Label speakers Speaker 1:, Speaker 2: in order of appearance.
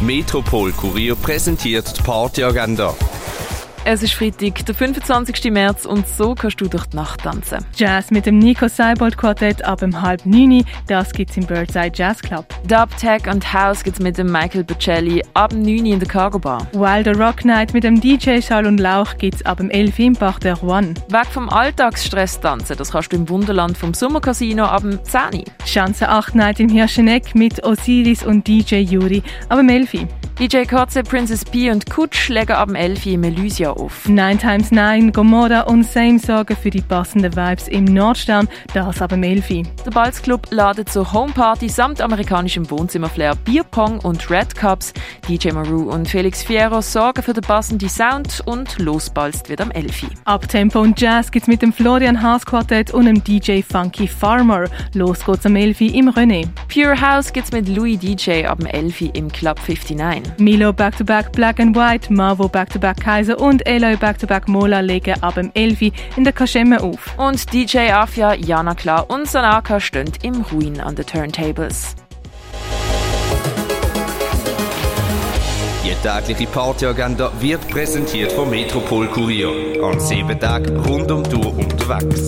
Speaker 1: Metropol Kurier präsentiert die Partyagenda.
Speaker 2: Es ist Freitag, der 25. März und so kannst du durch die Nacht tanzen.
Speaker 3: Jazz mit dem Nico Seibold Quartett ab um halb neun. Das gibt's im Birdside Jazz Club.
Speaker 2: Dub, Tech und House gibt's mit dem Michael Bocelli ab 9 Uhr in der Cargo Bar.
Speaker 3: Wilder Rock Night mit dem DJ Schall und Lauch gibt's ab um 11 Uhr im Bach der Juan.
Speaker 2: Weg vom Alltagsstress tanzen, das kannst du im Wunderland vom Sommercasino ab dem 10 Uhr.
Speaker 3: Schanze 8 Night im Hirscheneck mit Osiris und DJ Yuri ab um 11 Uhr.
Speaker 2: DJ Kotze, Princess P und Kutsch legen ab dem 11 Uhr im Elysia auf.
Speaker 3: Nine Times Nine, Gomorra und Same sorgen für die passenden Vibes im Nordstern, das ab dem 11 Uhr.
Speaker 2: Der Balzclub ladet zur Homeparty samt amerikanischem Wohnzimmerflair Bierpong und Red Cups. DJ Maru und Felix Fierro sorgen für den passenden Sound und losbalzt wird am 11 Uhr.
Speaker 3: Abtempo und Jazz gibt's mit dem Florian Haas Quartett und dem DJ Funky Farmer. Los geht's am 11 Uhr im René.
Speaker 2: Pure House gibt's mit Louis DJ ab dem 11 Uhr im Club 59.
Speaker 3: Milo Back to Back Black and White, Marvo Back to Back Kaiser und Eloy Back to Back Mola legen ab dem 11 Uhr in der Kaschemme auf.
Speaker 2: Und DJ Afia, Jana Klar und Sanaka stehen im Ruin an den Turntables.
Speaker 1: Die tägliche Partyagenda wird präsentiert vom Metropol Kurier. An sieben Tagen rund um die Uhr unterwegs.